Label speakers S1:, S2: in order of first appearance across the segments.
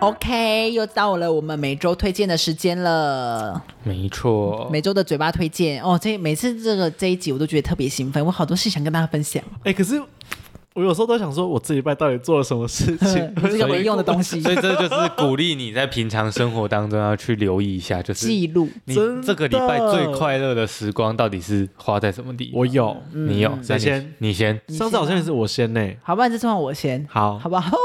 S1: OK，又到了我们每周推荐的时间了。
S2: 没
S3: 哦
S2: 错，
S1: 每周的嘴巴推荐哦，这每次这个这一集我都觉得特别兴奋，我好多事想跟大家分 享。？
S3: 哎、可是我有时候都想说，我这一拜到底做了什么事情
S1: 这个没用的东西
S2: 所，以这就是鼓励你在平常生活当中要去留意一下，就是
S1: 记录。
S2: 你
S3: 真的
S2: 这个礼拜最快乐的时光到底是花在什么地方？
S3: 我有，
S2: 你有，那
S3: 谁
S2: 你
S3: 先
S2: 你先，
S3: 上次好像也是我先呢、
S1: 好吧，这次换我先，
S3: 好
S1: 好，不好？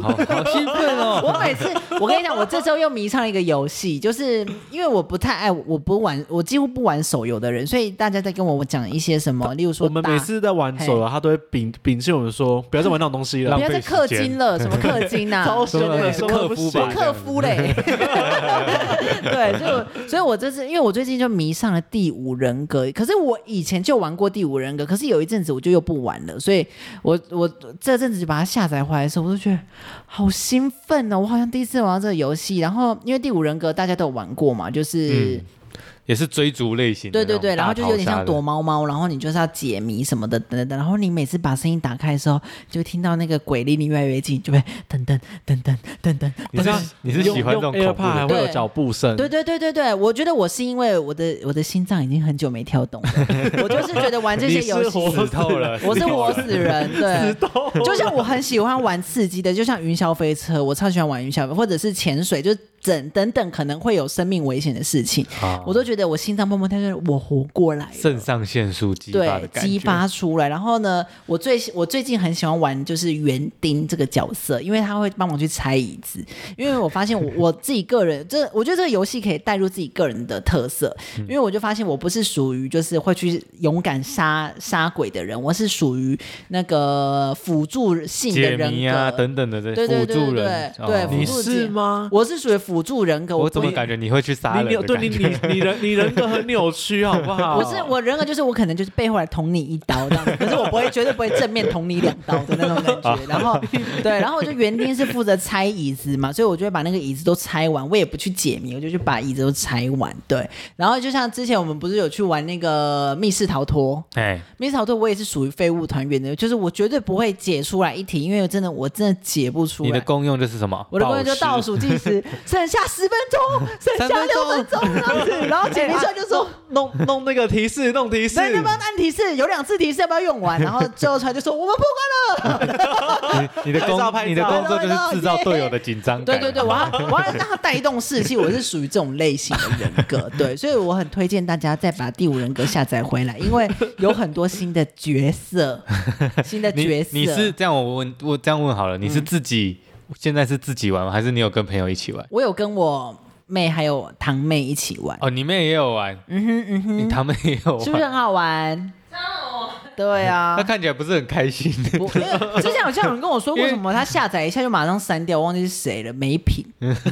S2: 好好兴奋哦！
S1: 我每次，我跟你讲，我这周又迷上了一个游戏，就是因为我不太爱，我不玩，我几乎不玩手游的人，所以大家在跟我讲一些什么，例如说
S3: 我们
S1: 打
S3: 每次在玩手游，他都会秉秉性我们说，不要再玩那种东西
S1: 不
S3: 了，
S1: 要再氪
S2: 时间
S1: 金了，什么氪金呐、
S3: 超
S2: 什
S3: 凶
S2: 么
S3: 的，
S2: 是
S3: 凶到
S2: 克
S3: 不
S2: 夫
S3: 行
S2: 吧
S1: 是克夫嘞。 对，所以我所以我这次，因为我最近就迷上了第五人格，可是我以前就玩过第五人格，可是有一阵子我就又不玩了，所以我我这阵子就把它下载回来的时候，我就觉得好兴奋哦，我好像第一次玩到这个游戏。然后因为第五人格大家都有玩过嘛，就是。
S2: 嗯也是追逐类型的
S1: 对
S2: 那
S1: 对对，
S2: 种大逃杀的，
S1: 然后就有点像躲猫猫，然后你就是要解谜什么的等等等，然后你每次把声音打开的时候，就会听到那个鬼离你越来越近，就会噔噔噔噔噔噔
S2: 你是你是喜欢这种恐怖
S3: AirPod 还
S2: 的
S3: 会有
S1: 对
S3: 脚步声，
S1: 对对对对对，我觉得我是因为我的我的心脏已经很久没跳动 了，我就是觉得玩这些游戏，
S3: 你是活
S2: 死透了，
S1: 我是
S2: 死透
S1: 活
S2: 了
S1: 死 人，对。就像我很喜欢玩刺激的，就像云霄飞车，我超喜欢玩云霄飞，或者是潜水，就整等等可能会有生命危险的事情，
S3: 哦
S2: 啊
S1: 我都觉得我心脏砰砰跳，就是我活过来了。
S2: 肾上腺素激发
S1: 对
S2: 的，感觉，
S1: 激发出来。然后呢，我最我最近很喜欢玩就是园丁这个角色，因为他会帮我去拆椅子。因为我发 现我我自己个人，这我觉得这个游戏可以带入自己个人的特色，
S2: 嗯
S1: 因为我就发现我不是属于就是会去勇敢杀杀鬼的人，我是属于那个辅助性的
S2: 解
S1: 人
S2: 谜
S1: 格。
S2: 啊等等的这
S1: 对
S2: 些
S1: 对
S2: 辅
S1: 对
S2: 助
S1: 对
S2: 人，
S1: 对对
S2: 哦
S3: 你是吗？
S1: 我是属于辅助人格，
S2: 我
S1: 我
S2: 怎么感觉你会去杀
S3: 你
S2: 人
S3: 你有
S2: 的
S3: 对
S2: 感
S3: 你
S2: 觉？
S3: 你你人你人格很扭曲，好不好？哎
S1: 我是我人格就是我可能就是背后来捅你一刀这样 子，可是我不会绝对不会正面捅你两刀的那种 感觉。然后对，然后我就园丁是负责拆椅子嘛，所以我就会把那个椅子都拆完，我也不去解谜，我就去把椅子都拆完。对，然后就像之前我们不是有去玩那个密室逃脱，
S2: 哎，
S1: 密室逃脱我也是属于废物团员的，就是我绝对不会解出来一题，因为真的我真的解不出
S2: 你的
S1: 来。
S2: 功用就是什么？
S1: 我的工作就
S2: 暴
S1: 倒
S2: 食
S1: 数计时，剩下十分钟，剩下六分钟这样子，然后解谜出来就说。
S3: 弄弄那个提示，弄提示
S1: 所，以要不要按提示？有两次提示要不要用完？然后最后出来就说我们破关了。
S2: 你你的
S3: 拍照
S2: 工
S3: 拍照
S2: 你的工作就是制造
S1: 耶
S2: 队友的紧张感。 啊
S1: 对对 对，我要我要让他带动士气，我是属于这种类型的人格。对，所以我很推荐大家再把第五人格下载回来，因为有很多新的角 色，新的角
S2: 你
S1: 色。
S2: 你是这样，我问我这样问好了，你
S1: 嗯
S2: 是自己现在是自己玩吗？还是你有跟朋友一起玩？
S1: 我有跟我妹还有堂妹一起玩，
S2: 哦，你妹也有玩，
S1: 哎嗯哼嗯
S2: 你
S1: 哼，
S2: 他们也有
S1: 是不是
S2: 玩，
S1: 很好玩？对啊
S2: 她，看起来不是很开心。
S1: 我因为之前好像有人跟我说过
S2: 因为
S1: 什么，他下载一下就马上删掉，我忘记是谁了，没 品。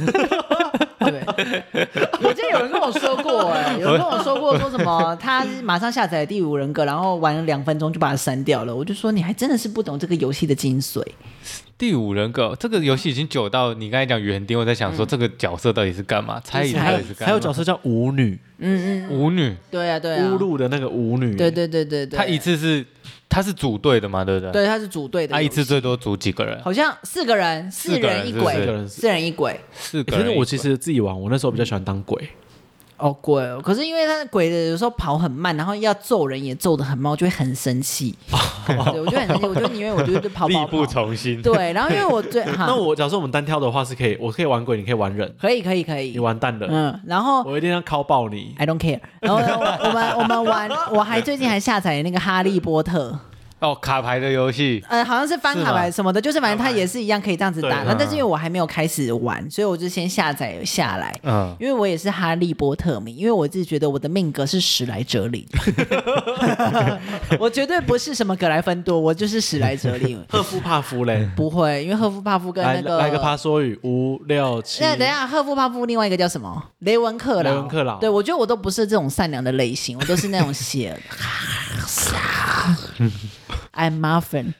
S1: 对，我记得有人跟我说过、哎，有人跟我说过说什么，他马上下载第五人格，然后玩了两分钟就把它删掉了。我就说你还真的是不懂这个游戏的精髓。
S2: 第五人格这个游戏已经久到你刚才讲园丁，我在
S1: 嗯
S2: 想说这个角色到底是干嘛？猜疑
S3: 还
S2: 到
S3: 有
S2: 底是干嘛？
S3: 还有角色叫舞女，
S1: 嗯嗯，
S2: 舞女，
S1: 对啊对啊
S3: 乌，路的那个舞女，
S1: 对对对对对，
S2: 她一次是她是组队的嘛，对不对？，
S1: 对他是组队的游
S2: 她
S1: 戏，
S2: 一次最多组几个人？
S1: 好像四个人，四
S2: 四个人
S1: 人一
S2: 是不是
S3: 四个
S1: 鬼，
S3: 人
S1: 四人一鬼。
S2: 四
S3: 欸。
S2: 个
S3: 可
S2: 人一
S3: 是
S2: 个。
S3: 我其实自己玩，我那时候比较喜欢当鬼，
S1: 哦，鬼哦！可是因为他鬼的有时候跑很慢，然后要揍人也揍得很慢，我就会很生气。
S3: 哦
S1: 对，我就很生气，我就宁愿我就是跑
S2: 力
S1: 跑
S2: 不
S1: 跑。
S2: 从心。
S1: 对，然后因为我最哈
S3: 那，我假设我们单挑的话是可以，我可以玩鬼，你可以玩人，
S1: 可以可以可以
S3: 你，完蛋了，哦
S1: 嗯，然后
S3: 我一定要敲爆你。
S1: I don't care，然后呢我我们我们 玩，我还最近还下载了那个哈利波特，
S2: 哦，卡牌的游戏，
S1: 呃，好像是翻
S2: 是
S1: 卡
S2: 吗
S1: 牌什么的，就是反正它也是一样可以这样子打，
S3: 对
S1: 那但是因为我还没有开始玩，所以我就先下载下来。
S2: 嗯，
S3: 啊
S1: 因为我也是哈利波特迷，因为我自己觉得我的命格是史莱哲林， 我绝对不是什么格莱芬多，我就是史莱哲林。
S3: 赫夫帕夫嘞，
S1: 不会，因为赫夫帕 夫跟
S3: 来
S1: 那个
S3: 来个爬梭语，五六七，
S1: 那等一下，赫夫帕夫另外一个叫什么？雷文克劳。
S3: 雷文克劳
S1: 对我觉得我都不是这种善良的类型，我都是那种 邪。I'm Muffin，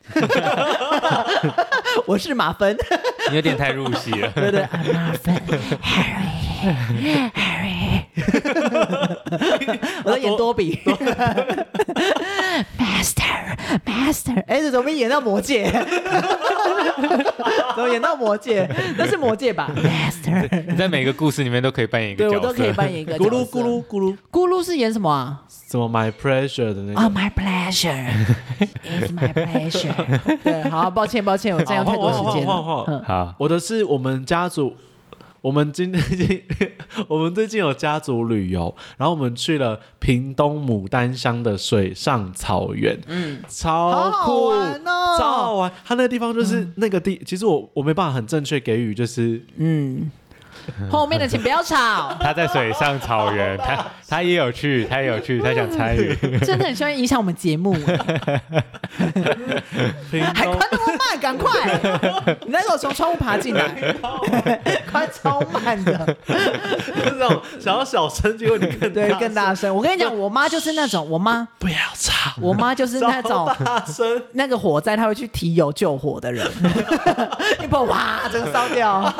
S1: 我是马芬，
S2: 你有点太入戏 了。
S1: 对对，I'm not Harry，Harry，我在演多 比，Master，Master，哎，这怎么演到魔界？ 怎么演到魔界？那是魔界吧？Master，
S2: 你在每个故事里面都可以扮演一个
S1: 对
S2: 角色，
S1: 我都可以扮演一个
S3: 咕
S1: 角
S3: 噜
S1: 色
S3: 咕噜咕噜，
S1: 咕噜是演什么啊？
S3: 什么 My Pressure 的那
S1: 啊、
S3: 个
S1: m y pleasure is my pleasure。对， 好，抱歉，抱歉，我占用太多时间
S3: 好好好
S1: 了。
S3: 好好
S1: 嗯，
S2: 好，
S3: 我的是我们家族，我们今天我们最近有家族旅游，然后我们去了屏东牡丹乡的水上草原，嗯，超
S1: 好好
S3: 酷，
S1: 玩哦
S3: 超好玩。它那个地方就是那个地，其实我我没办法很正确给予，就是
S1: 后面的请不要吵，
S2: 他在水上草原，他他也有去，他也有去，他想 参与。
S1: 真的很喜欢影响我们节目，
S3: 屏
S1: 还
S3: 东
S1: 快那么慢，赶快！ 你那时候从窗户爬进来， 快超慢 的，
S3: 就是那种想要小声，结果你 更
S1: 对，更大声。我跟你讲，我妈就是那种，我妈，
S3: 不要吵，
S1: 我妈就是那
S3: 超
S1: 种。
S3: 大 声。
S1: 那个火灾，她会去提油救火的人， 一把哇，整个烧掉。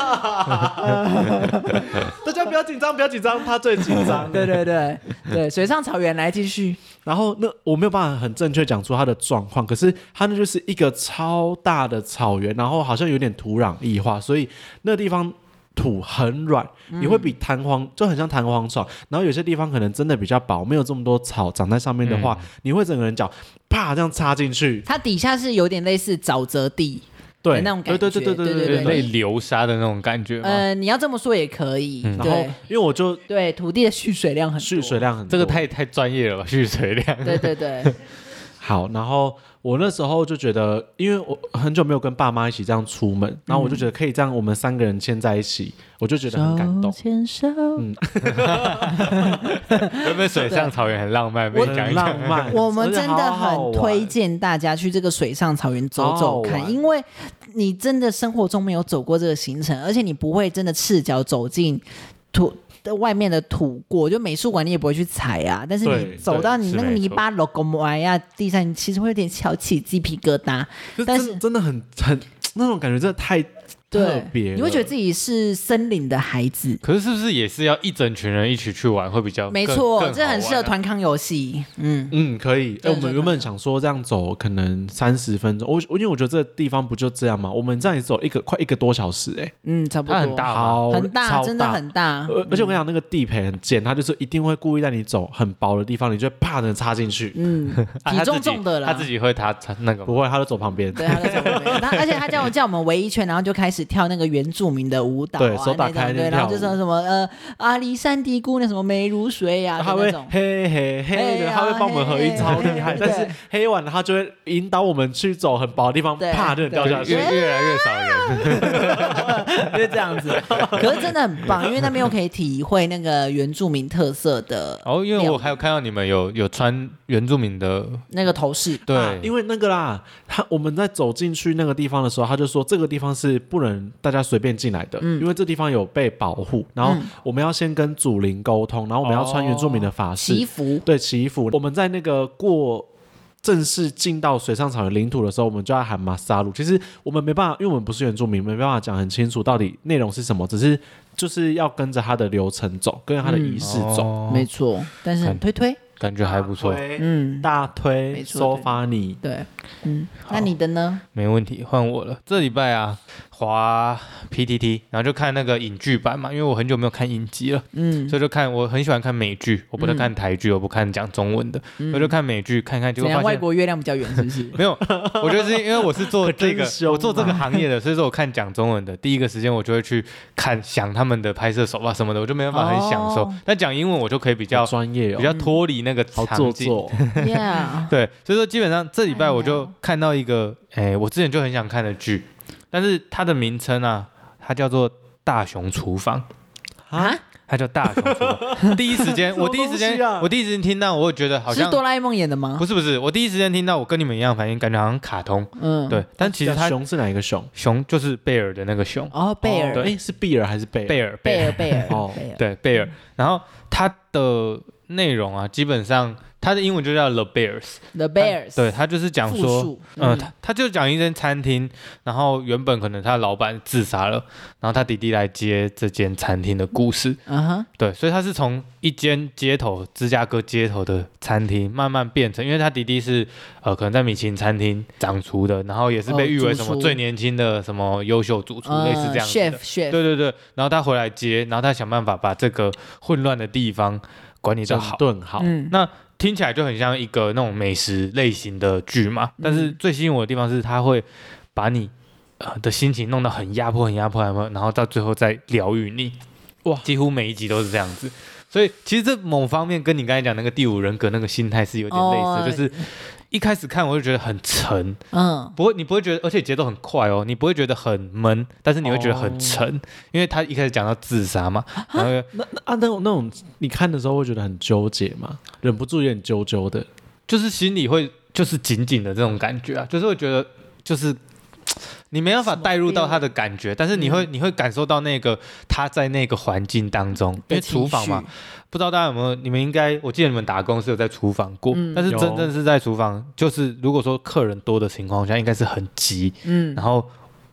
S3: 大家不要紧张，不要紧张，他最紧 张。
S1: 对对对对，水上草原来继续。
S3: 然后那我没有办法很正确讲出它的状况，可是它那就是一个超大的草原，然后好像有点土壤异化，所以那地方土很软，你会比弹簧就很像弹簧床。然后有些地方可能真的比较薄，没有这么多草长在上面的话，你会整个人脚啪这样插进去，
S1: 它底下是有点类似沼泽地，
S3: 对，
S1: 那种感觉
S3: 对对对对
S1: 对
S2: 有
S3: 对
S2: 点类流沙的那种感觉吗？
S1: 呃，你要这么说也可以，
S3: 嗯然后
S1: 对
S3: 因为我就
S1: 对，土地的蓄水量很多
S3: 蓄水，量很多，
S2: 这个太太专业了吧，蓄水量。
S1: 对对 对，
S3: 好，然后我那时候就觉得，因为我很久没有跟爸妈一起这样出门，然后我就觉得可以这样，我们三个人牵在一起，我就觉得很感动
S1: 手。牵手，
S2: 原本水上草原很浪漫，被
S3: 我
S2: 你讲
S3: 很
S2: 一讲
S3: 浪漫，
S1: 我们
S3: 而且
S1: 真的
S3: 好好
S1: 很
S3: 玩
S1: 推。荐大家去这个水上草原走
S3: 好好
S1: 走看，
S3: 玩
S1: 因为你真的生活中没有走过这个行程，而且你不会真的赤脚走进土。的外面的土过，就美术馆你也不会去踩啊，但是你
S3: 对
S1: 走到你
S2: 对
S1: 那个
S2: 是没
S1: 泥巴 logo 埋呀地上，你其实会有点挑起鸡皮疙瘩。
S3: 可是
S1: 但
S3: 真
S1: 是
S3: 真的很很那种感觉，真的太特
S1: 对，
S3: 别了，
S1: 你会觉得自己是森林的孩子。
S2: 可是是不是也是要一整群人一起去玩会比哦较更？
S1: 没错，
S2: 更
S1: 这很适合
S2: 好玩啊。
S1: 团康游戏。嗯，
S3: 嗯可以。哎、
S1: 对
S3: 我们原本想说这样走可能三十分钟，我我因为我觉得这地方不就这样嘛，我们这样也走一个快一个多小时、哎，
S1: 嗯，差不多。
S2: 它很大哦吗？
S3: 好
S1: 很大，
S3: 超
S1: 真的很大。
S2: 呃
S3: 而而且我跟你讲，那个地陪很贱，他就是一定会故意带你走很薄的地方，你就会啪的插进去。
S1: 嗯，
S2: 啊
S1: 体
S2: 他自己
S1: 重重的啦。
S2: 他自己会他他那个吗
S3: 不会，他就走旁边。
S1: 对，啊 他在旁边他而且他叫我叫我们围一圈，然后就开始跳那个原住民的舞蹈啊，
S3: 对手打
S1: 那种
S3: 开
S1: 对，
S3: 那
S1: 然后就
S3: 跳舞
S1: 说什么呃阿里山低谷那什么美如水呀、
S3: 他
S1: 啊、
S3: 会
S1: 那种。
S3: 嘿嘿嘿
S1: 嘿
S3: 的，
S1: 啊
S3: 他会帮我们合
S1: 嘿
S3: 音，超厉害。
S1: 嘿
S3: 但
S1: 对
S3: 是黑完了，他就会引导我们去走很薄的地方，
S1: 对
S3: 啪就
S1: 对
S3: 掉下去
S2: 越。越来越 少人，
S1: 就是这样子。可是真的很棒，因为那边又可以体会那个原住民特色的
S2: 哦，因为我
S1: 料
S2: 还有看到你们有有穿原住民的，
S1: 那个头饰。
S2: 对，
S3: 啊因为那个啦，他我们在走进去那个地方的时候，他就说这个地方是不能大家随便进来的，
S1: 嗯
S3: 因为这地方有被保护。然后我们要先跟祖灵沟通，然后我们要穿原住民的法
S1: 嗯
S3: 式，
S1: 祈福，
S3: 对祈福。我们在那个过正式进到水上草原领土的时候，我们就要喊马萨鲁。其实我们没办法，因为我们不是原住民，没办法讲很清楚到底内容是什么，只是就是要跟着他的流程走，跟着他的仪式走。
S2: 哦
S1: 没错，但是很推推。
S2: 感觉哦还不错，
S1: 嗯，
S3: 大
S1: 没
S3: 推
S1: 错
S3: 收发你，
S1: 对，嗯，那你的呢？
S2: 没问题，换我了。这礼拜啊，滑 PTT，然后就看那个影剧版嘛，因为我很久没有看影集了，
S1: 嗯，
S2: 所以就看我很喜欢看美剧，我不能看台剧，我不看讲中文的，我就看美剧看一看，结
S1: 怎
S2: 果
S1: 样？
S2: 发
S1: 外
S2: 现。？
S1: 国月亮比较圆，是不是
S2: 没有，我觉得是因为我是做这个
S3: 真，凶啊
S2: 我做这个行业的，所以说我看讲中文的，第一个时间我就会去看想他们的拍摄手法什么的，我就没办法很享受。
S1: 哦
S2: 但讲英文我就可以比较
S3: 好专业哦，
S2: 比较脱离那个
S3: 好
S2: 场
S3: 做
S2: 景，
S3: 作。
S1: yeah，
S2: 对，所以说基本上这礼拜我
S1: 哎
S2: 就
S1: 呀
S2: 看到一个，哎、我之前就很想看的剧，但是它的名称啊，它叫做《大熊厨房》
S1: 啊，
S2: 它叫《大熊厨 房》。第一时间，
S3: 什么
S2: 我第一时
S3: 东
S2: 间，
S3: 西啊
S2: 我第一时间听到，我会觉得好
S1: 是
S2: 像
S1: 哆啦 A 梦演的吗？
S2: 不是不是，我第一时间听到，我跟你们一样反应，感觉好像卡通。
S1: 嗯，。
S2: 对，但 其实它
S3: 熊是哪一个熊？
S2: 熊就是贝尔的那个熊，
S1: 哦，贝尔，哦
S3: 哎，诶是贝尔还是贝尔？
S2: 贝尔贝
S1: 贝
S2: 尔，
S1: 尔，贝尔，
S3: 哦
S1: 贝尔，
S2: 对贝尔。然后它的内容啊，基本上它的英文就叫 The Bears，
S1: The Bears，
S2: 对，它就是讲
S1: 复
S2: 说，
S1: 数
S2: 嗯，他他就讲一间餐厅，然后原本可能他老板自杀了，然后他弟弟来接这间餐厅的故事。
S1: 嗯哼，
S2: 对，所以他是从一间街头芝加哥街头的餐厅慢慢变成，因为他弟弟是呃可能在米其林餐厅长厨的，然后也是
S1: 哦
S2: 被誉为
S1: 主
S2: 什么
S1: 厨
S2: 最年轻的什么优秀主厨，类似这样子的。
S1: 哦，chef 呃 chef，
S2: 对对对，然后他回来接，然后他想办法把这个混乱的地方管理
S3: 比
S2: 到好。
S3: 顿好，
S1: 嗯，
S2: 听起来就很像一个那种美食类型的剧嘛。但是最吸引我的地方是，它会把你呃的心情弄得很压迫、很压迫，很压迫然后到最后再疗愈你。
S3: 哇
S2: 几乎每一集都是这样子。所以其实这某方面跟你刚才讲那个第五人格那个心态是有点类似，
S1: 哦
S2: 就是一开始看我就觉得很沉，
S1: 嗯，
S2: 不会你不会觉得，而且节奏很快哦，你不会觉得很闷，但是你会觉得很沉，因为他一开始讲到自杀嘛，然后
S3: 那那啊那种那种你看的时候会觉得很纠结嘛，忍不住有点揪揪的。
S2: 就是心里会就是紧紧的这种感觉啊，就是会觉得就是。你没办法带入到他的感觉，但是你
S1: 嗯
S2: 会、你会感受到那个他在那个环境当中，因为
S1: 的情
S2: 厨房嘛
S1: 绪，，
S2: 不知道大家有没有，你们应该我记得你们打工是有在厨房过，
S1: 嗯
S2: 但是
S3: 有
S2: 真正是在厨房，就是如果说客人多的情况下，应该是很急，
S1: 嗯，
S2: 然后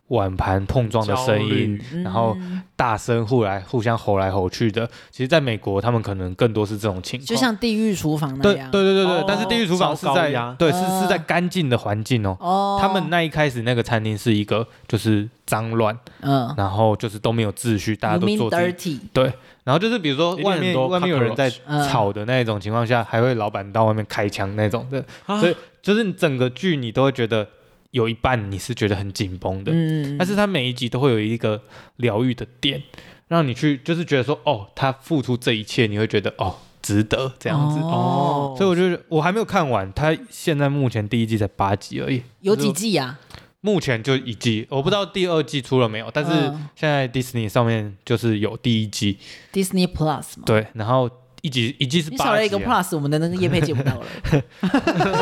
S2: 碗盘碰撞的声
S3: 焦
S2: 音
S3: 虑，
S2: 然后
S1: 嗯
S2: 大声互来互相吼来吼去的，其实在美国他们可能更多是这种情况，
S1: 就像地狱厨房那
S2: 对
S1: 样，
S2: 对对对对，
S3: 哦
S2: 但是地狱厨房是
S3: 烧高
S2: 在
S3: 压
S2: 对是
S1: 嗯
S2: 是在干净的环境哦。
S1: 哦，
S2: 他们那一开始那个餐厅是一个就是脏乱，
S1: 嗯
S2: 然后就是都没有秩序，大家
S1: You
S2: 都
S1: mean
S2: 做自己。
S1: dirty，
S2: 然后就是比如说
S3: 一定
S2: 外
S3: 很
S2: 面
S3: 多
S2: 外面有人在
S1: cockroach 嗯
S2: 吵的那种情况下，还会老板到外面开枪那种的，
S3: 啊
S2: 所以就是你整个剧你都会觉得有一半你是觉得很紧绷的，
S1: 嗯，
S2: 但是他每一集都会有一个疗愈的点，让你去就是觉得说哦，他付出这一切，你会觉得哦值得这样子。
S1: 哦，
S2: 所以我就觉得我还没有看完，它现在目前第一季才八集而已，
S1: 有几季啊呀？
S2: 目前就一季，我不知道第二季出了没有，但是
S1: 嗯
S2: 现在 Disney 上面就是有第一季，
S1: Disney Plus 嘛，
S2: 对，然后一集一季是
S1: 你
S2: 八集、啊，
S1: 少了一个 Plus，我们的那个叶配接不到了。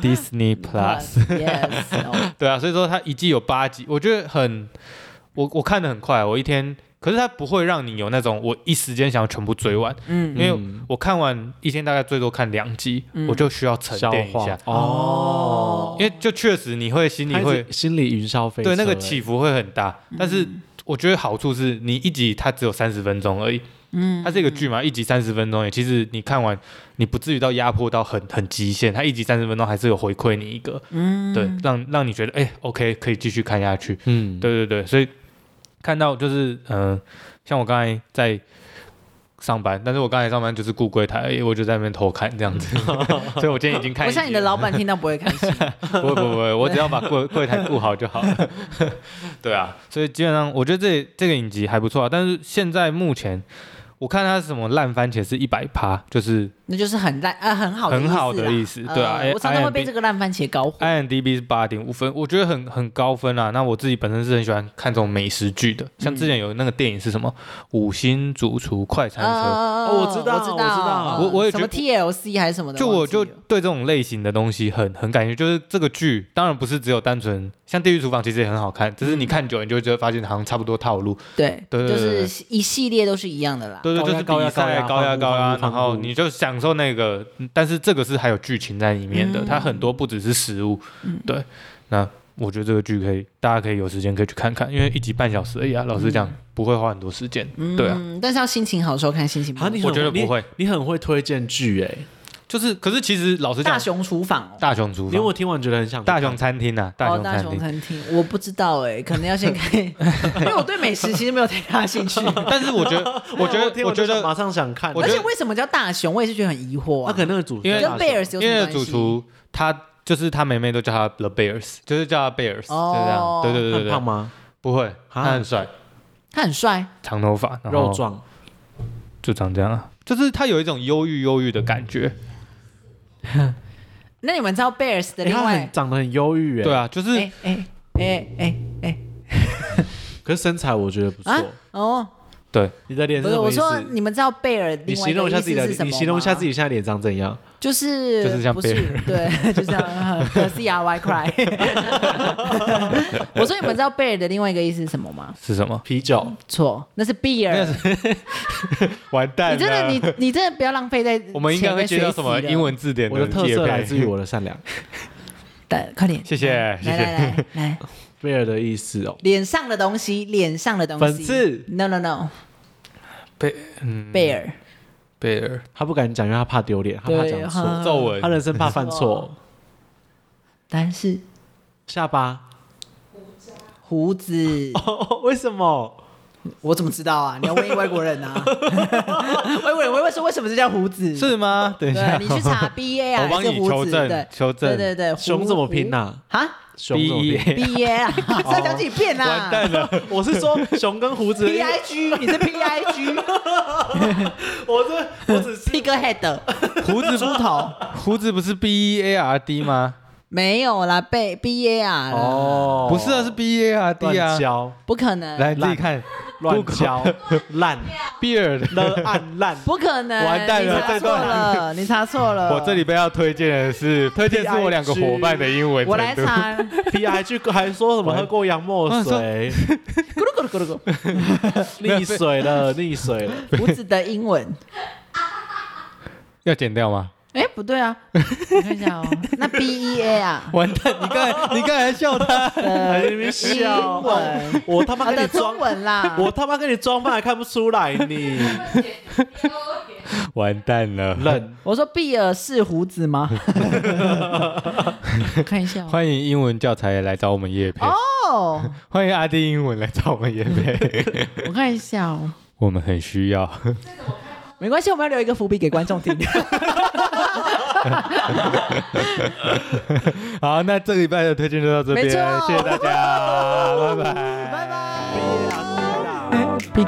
S2: Disney Plus，
S1: Yes，哦
S2: 嗯 对啊，所以说它一季有八集，我觉得很，我我看的很快，我一天，可是它不会让你有那种我一时间想要全部追完，因
S1: 嗯，
S2: 为
S3: 嗯
S2: 我看完一天大概最多看两集，
S1: 嗯
S2: 我就需要沉
S3: 消
S2: 淀一
S3: 化
S2: 下，
S1: 哦
S2: 因为就确实你会心里
S3: 他一直
S2: 会。
S3: 心理云霄飞车
S2: 对，那
S3: 欸，
S2: 个起伏会很大。
S1: 嗯
S2: 但是我觉得好处是你一集它只有三十分钟而已，
S1: 嗯
S2: 它是一个剧嘛，一集三十分钟而已，其实你看完你不至于到压迫到很很极限，它一集三十分钟还是有回馈你一个，
S1: 嗯
S2: 对，让让你觉得哎、o k 可以继续看下去。
S3: 嗯，
S2: 对对对，所以看到就是嗯、呃像我刚才在。上班，但是我刚才上班就是顾柜台而已，我就在那边偷看这样 子，所以我今天已经看
S1: 我
S2: 一集了。
S1: 想你的老板听到不会开心。
S2: 不会不会不会，我只要把柜柜台顾好就好了。对啊，所以基本上我觉得这这个影集还不错啊，但是现在目前我看它是什么烂番茄是一百趴，就是
S1: 那就是很烂啊，很好的
S2: 很好
S1: 啦
S2: 的意思对啊
S1: 呃
S2: 哎
S1: 我常常会被
S2: IMDb
S1: 这个烂番茄搞混。
S2: IMDB 是八点五分，我觉得很很高分啊。那我自己本身是很喜欢看这种美食剧的，像之前有那个电影是什么《五星主厨快餐车》
S1: 啊
S3: 哦我知道
S1: 我
S3: 我知道
S2: 我我也
S1: 哦什
S2: 觉
S1: 么
S2: 得
S1: TLC 还是什么的，
S2: 就我
S1: 忘记
S2: 就
S1: 了
S2: 对这种类型的东西很很感兴趣，就是这个剧当然不是只有单纯像《地狱厨房》其实也很好看，只是你看久了你就会觉得发现好像差不多套路，
S1: 对
S2: 对对
S1: 就
S2: 对
S1: 是一系列都是一样的啦。
S2: 对对，
S3: 高
S2: 就
S3: 压
S2: 是
S3: 啊高
S2: 比
S3: 压高
S2: 赛
S3: 压
S2: 高压
S3: 欢呼
S2: 高
S3: 欢
S2: 压，
S3: 呼
S2: 然后
S3: 欢呼
S2: 你就享受那个，嗯但是这个是还有剧情在里面
S3: 嗯
S2: 的，它很多不只是食物，对。那我觉得这个剧可以，大家可以有时间可以去看看，因为一集半小时而已
S3: 嗯
S2: 啊。老实讲，不会花很多时间，对啊。
S1: 嗯，但是要心情好的时候看，心情不
S3: 啊，
S1: 好。
S3: 你
S2: 我
S3: 很
S2: 觉得
S3: 你
S2: 不会
S3: 你很会推荐剧哎，
S2: 就是，可是其实老实
S1: 大
S2: 讲，
S1: 熊厨房哦，
S2: 大熊厨
S3: 因为
S2: 房，
S3: 我听完觉得很想去
S2: 大
S3: 看
S2: 熊餐厅啊，大
S1: 哦，
S2: 熊
S1: 大
S2: 餐
S1: 熊
S2: 厅。
S1: 餐厅，我不知道哎，可能要先 看，因为我对美食其实没有太大兴趣。
S2: 但是我 觉得，我觉得，
S3: 听
S2: 我
S3: 完就
S2: 觉
S3: 想马
S2: 得，
S3: 上想看，
S2: 我
S1: 而
S2: 觉
S1: 且
S2: 得
S1: 为什么叫大熊，我也是觉得很疑惑啊
S3: 他可。能那个主
S2: 因为
S1: 跟贝尔斯有
S2: 因
S1: 什么
S2: 为
S1: 关
S2: 主
S1: 系？
S2: 厨他就是他妹妹都叫他 The Bears，就是叫他 Bears，、
S1: 哦
S2: 就是这样。对对对
S3: 很
S2: 对
S3: 胖
S2: 对，
S3: 吗？
S2: 不会，他
S3: 啊
S2: 很帅，
S1: 他很帅，
S2: 长头发，然后
S3: 肉壮，
S2: 就长这样啊，就是他有一种忧郁忧郁的感觉。
S3: 嗯
S1: 那你们知道 Bears 的
S3: 诶
S1: 另
S3: 欸他
S1: 外
S3: 很长得很忧郁哎，
S2: 对，啊，就是、
S1: 哎哎哎哎哎
S3: 可是身材我觉得不错。
S1: 啊哦，
S2: 对，
S3: 你的脸
S1: 不
S3: 是
S1: 是
S3: 什么
S1: 我
S3: 意
S1: 说
S3: 思？
S1: 你们知道贝尔
S3: 你
S1: 另外
S3: 形
S1: 一个
S3: 容
S1: 意
S3: 一下
S1: 思
S3: 自己的
S1: 是什，么
S3: 你
S1: 吗
S3: 形容一下自己现在脸长怎样？
S1: 就是
S2: 就是像
S1: 不是
S2: 贝尔
S1: 对， 就这样呃可 C R Y cry。我说你们知道贝尔的另外一个意思是什么吗？
S2: 是什么？
S3: 啤酒，
S1: 错，那是 beer。
S2: 完蛋了！
S1: 你真的你你真的不要浪费在
S2: 啊 我们应该会接到什
S1: 钱跟学
S2: 么
S1: 习了
S2: 英？文字典
S3: 我的特
S2: 业
S3: 色
S2: 配
S3: 来自于我的 善良。
S1: 对，快点，
S2: 谢谢谢
S1: 来
S2: 谢
S1: 来来来，
S3: 贝尔的意思哦，
S1: 脸上的东西，脸上的东西，
S3: 粉刺
S1: ，no no no，
S2: 贝嗯
S1: 贝尔，
S2: 贝尔
S3: 他不敢讲，因为他怕丢脸，他怕
S1: 对
S3: 讲错，
S1: 嗯
S2: 皱纹
S3: 他人生怕犯
S1: 错
S3: 错。
S1: 但是
S3: 下巴，
S1: 胡子，
S3: 哦， 为什么？
S1: 我怎么知道啊？你要问外国人 啊，外国人会问说为什么这叫胡子？
S2: 是吗？等一
S1: 对啊，
S2: 下，
S1: 你 去查 B A 啊，
S2: 我帮
S1: 还是
S2: 你
S1: 胡子
S2: 求证
S1: 对
S2: 求证
S1: 对对对，
S3: 熊怎么拼
S1: 呢？
S3: 呐？
S1: 啊
S3: 熊怎么
S2: B
S3: 拼？
S2: E
S1: ，B A 啊，再讲几遍啦，
S2: 完蛋了，
S3: 我是说熊跟胡 子的
S1: ，P
S3: 意思，
S1: I G，你是 P I G，
S3: 我这我只是
S1: Pig Head，
S2: 胡子
S1: 猪头，
S2: 胡子不是 B E A R D 吗？
S1: 没有啦，被 B A 啊，哦，
S3: 哦，
S2: 不是啊，是 B E A R D 啊
S3: 乱。教
S1: 不可能，
S2: 来你自己看
S3: 乱
S2: Google
S3: 教烂
S2: ，Beard。
S3: 了暗烂，
S1: 不可能，
S2: 完蛋了
S1: 你查
S2: 这
S1: 错
S2: 段
S1: 了， 你查错了，
S2: 我这里边要推荐的是，推荐是我两个伙伴的英文
S1: 我来
S2: 程度。
S1: 查，
S3: P I 去还说什么喝过洋墨水，
S2: 啊
S1: 咕噜咕噜咕噜咕噜，
S3: 溺水 了，溺水了。
S1: 胡子的英文。
S2: 要剪掉吗？
S1: 哎，不对啊，我看一下哦， 那 B E A 啊，
S2: 完蛋！你刚才你刚才还笑他，
S1: 呃，
S2: 哎
S3: 你别笑
S1: 英文，
S3: 我他妈
S1: 好
S3: 跟
S1: 的，
S3: 你
S1: 啊中
S3: 装，
S1: 文啦，
S3: 我他妈跟你装扮还看不出来 你，
S2: 完蛋了。
S3: 冷
S1: 我说比尔是胡子 吗？我看一下哦
S2: 欢迎英文教材来找我们叶配，
S1: 哦，
S2: 欢迎阿弟英文来找我们叶 配，
S1: 我看一下哦，
S2: 我们很需 要。
S1: 没关系，我们要留一个伏笔给观众听。
S2: 好，那这个礼拜的推荐就到这边，
S1: 没
S2: 谢
S1: 错
S2: 谢大 家，拜拜，
S3: 啊
S1: 拜拜。
S3: 啦啦。
S1: 比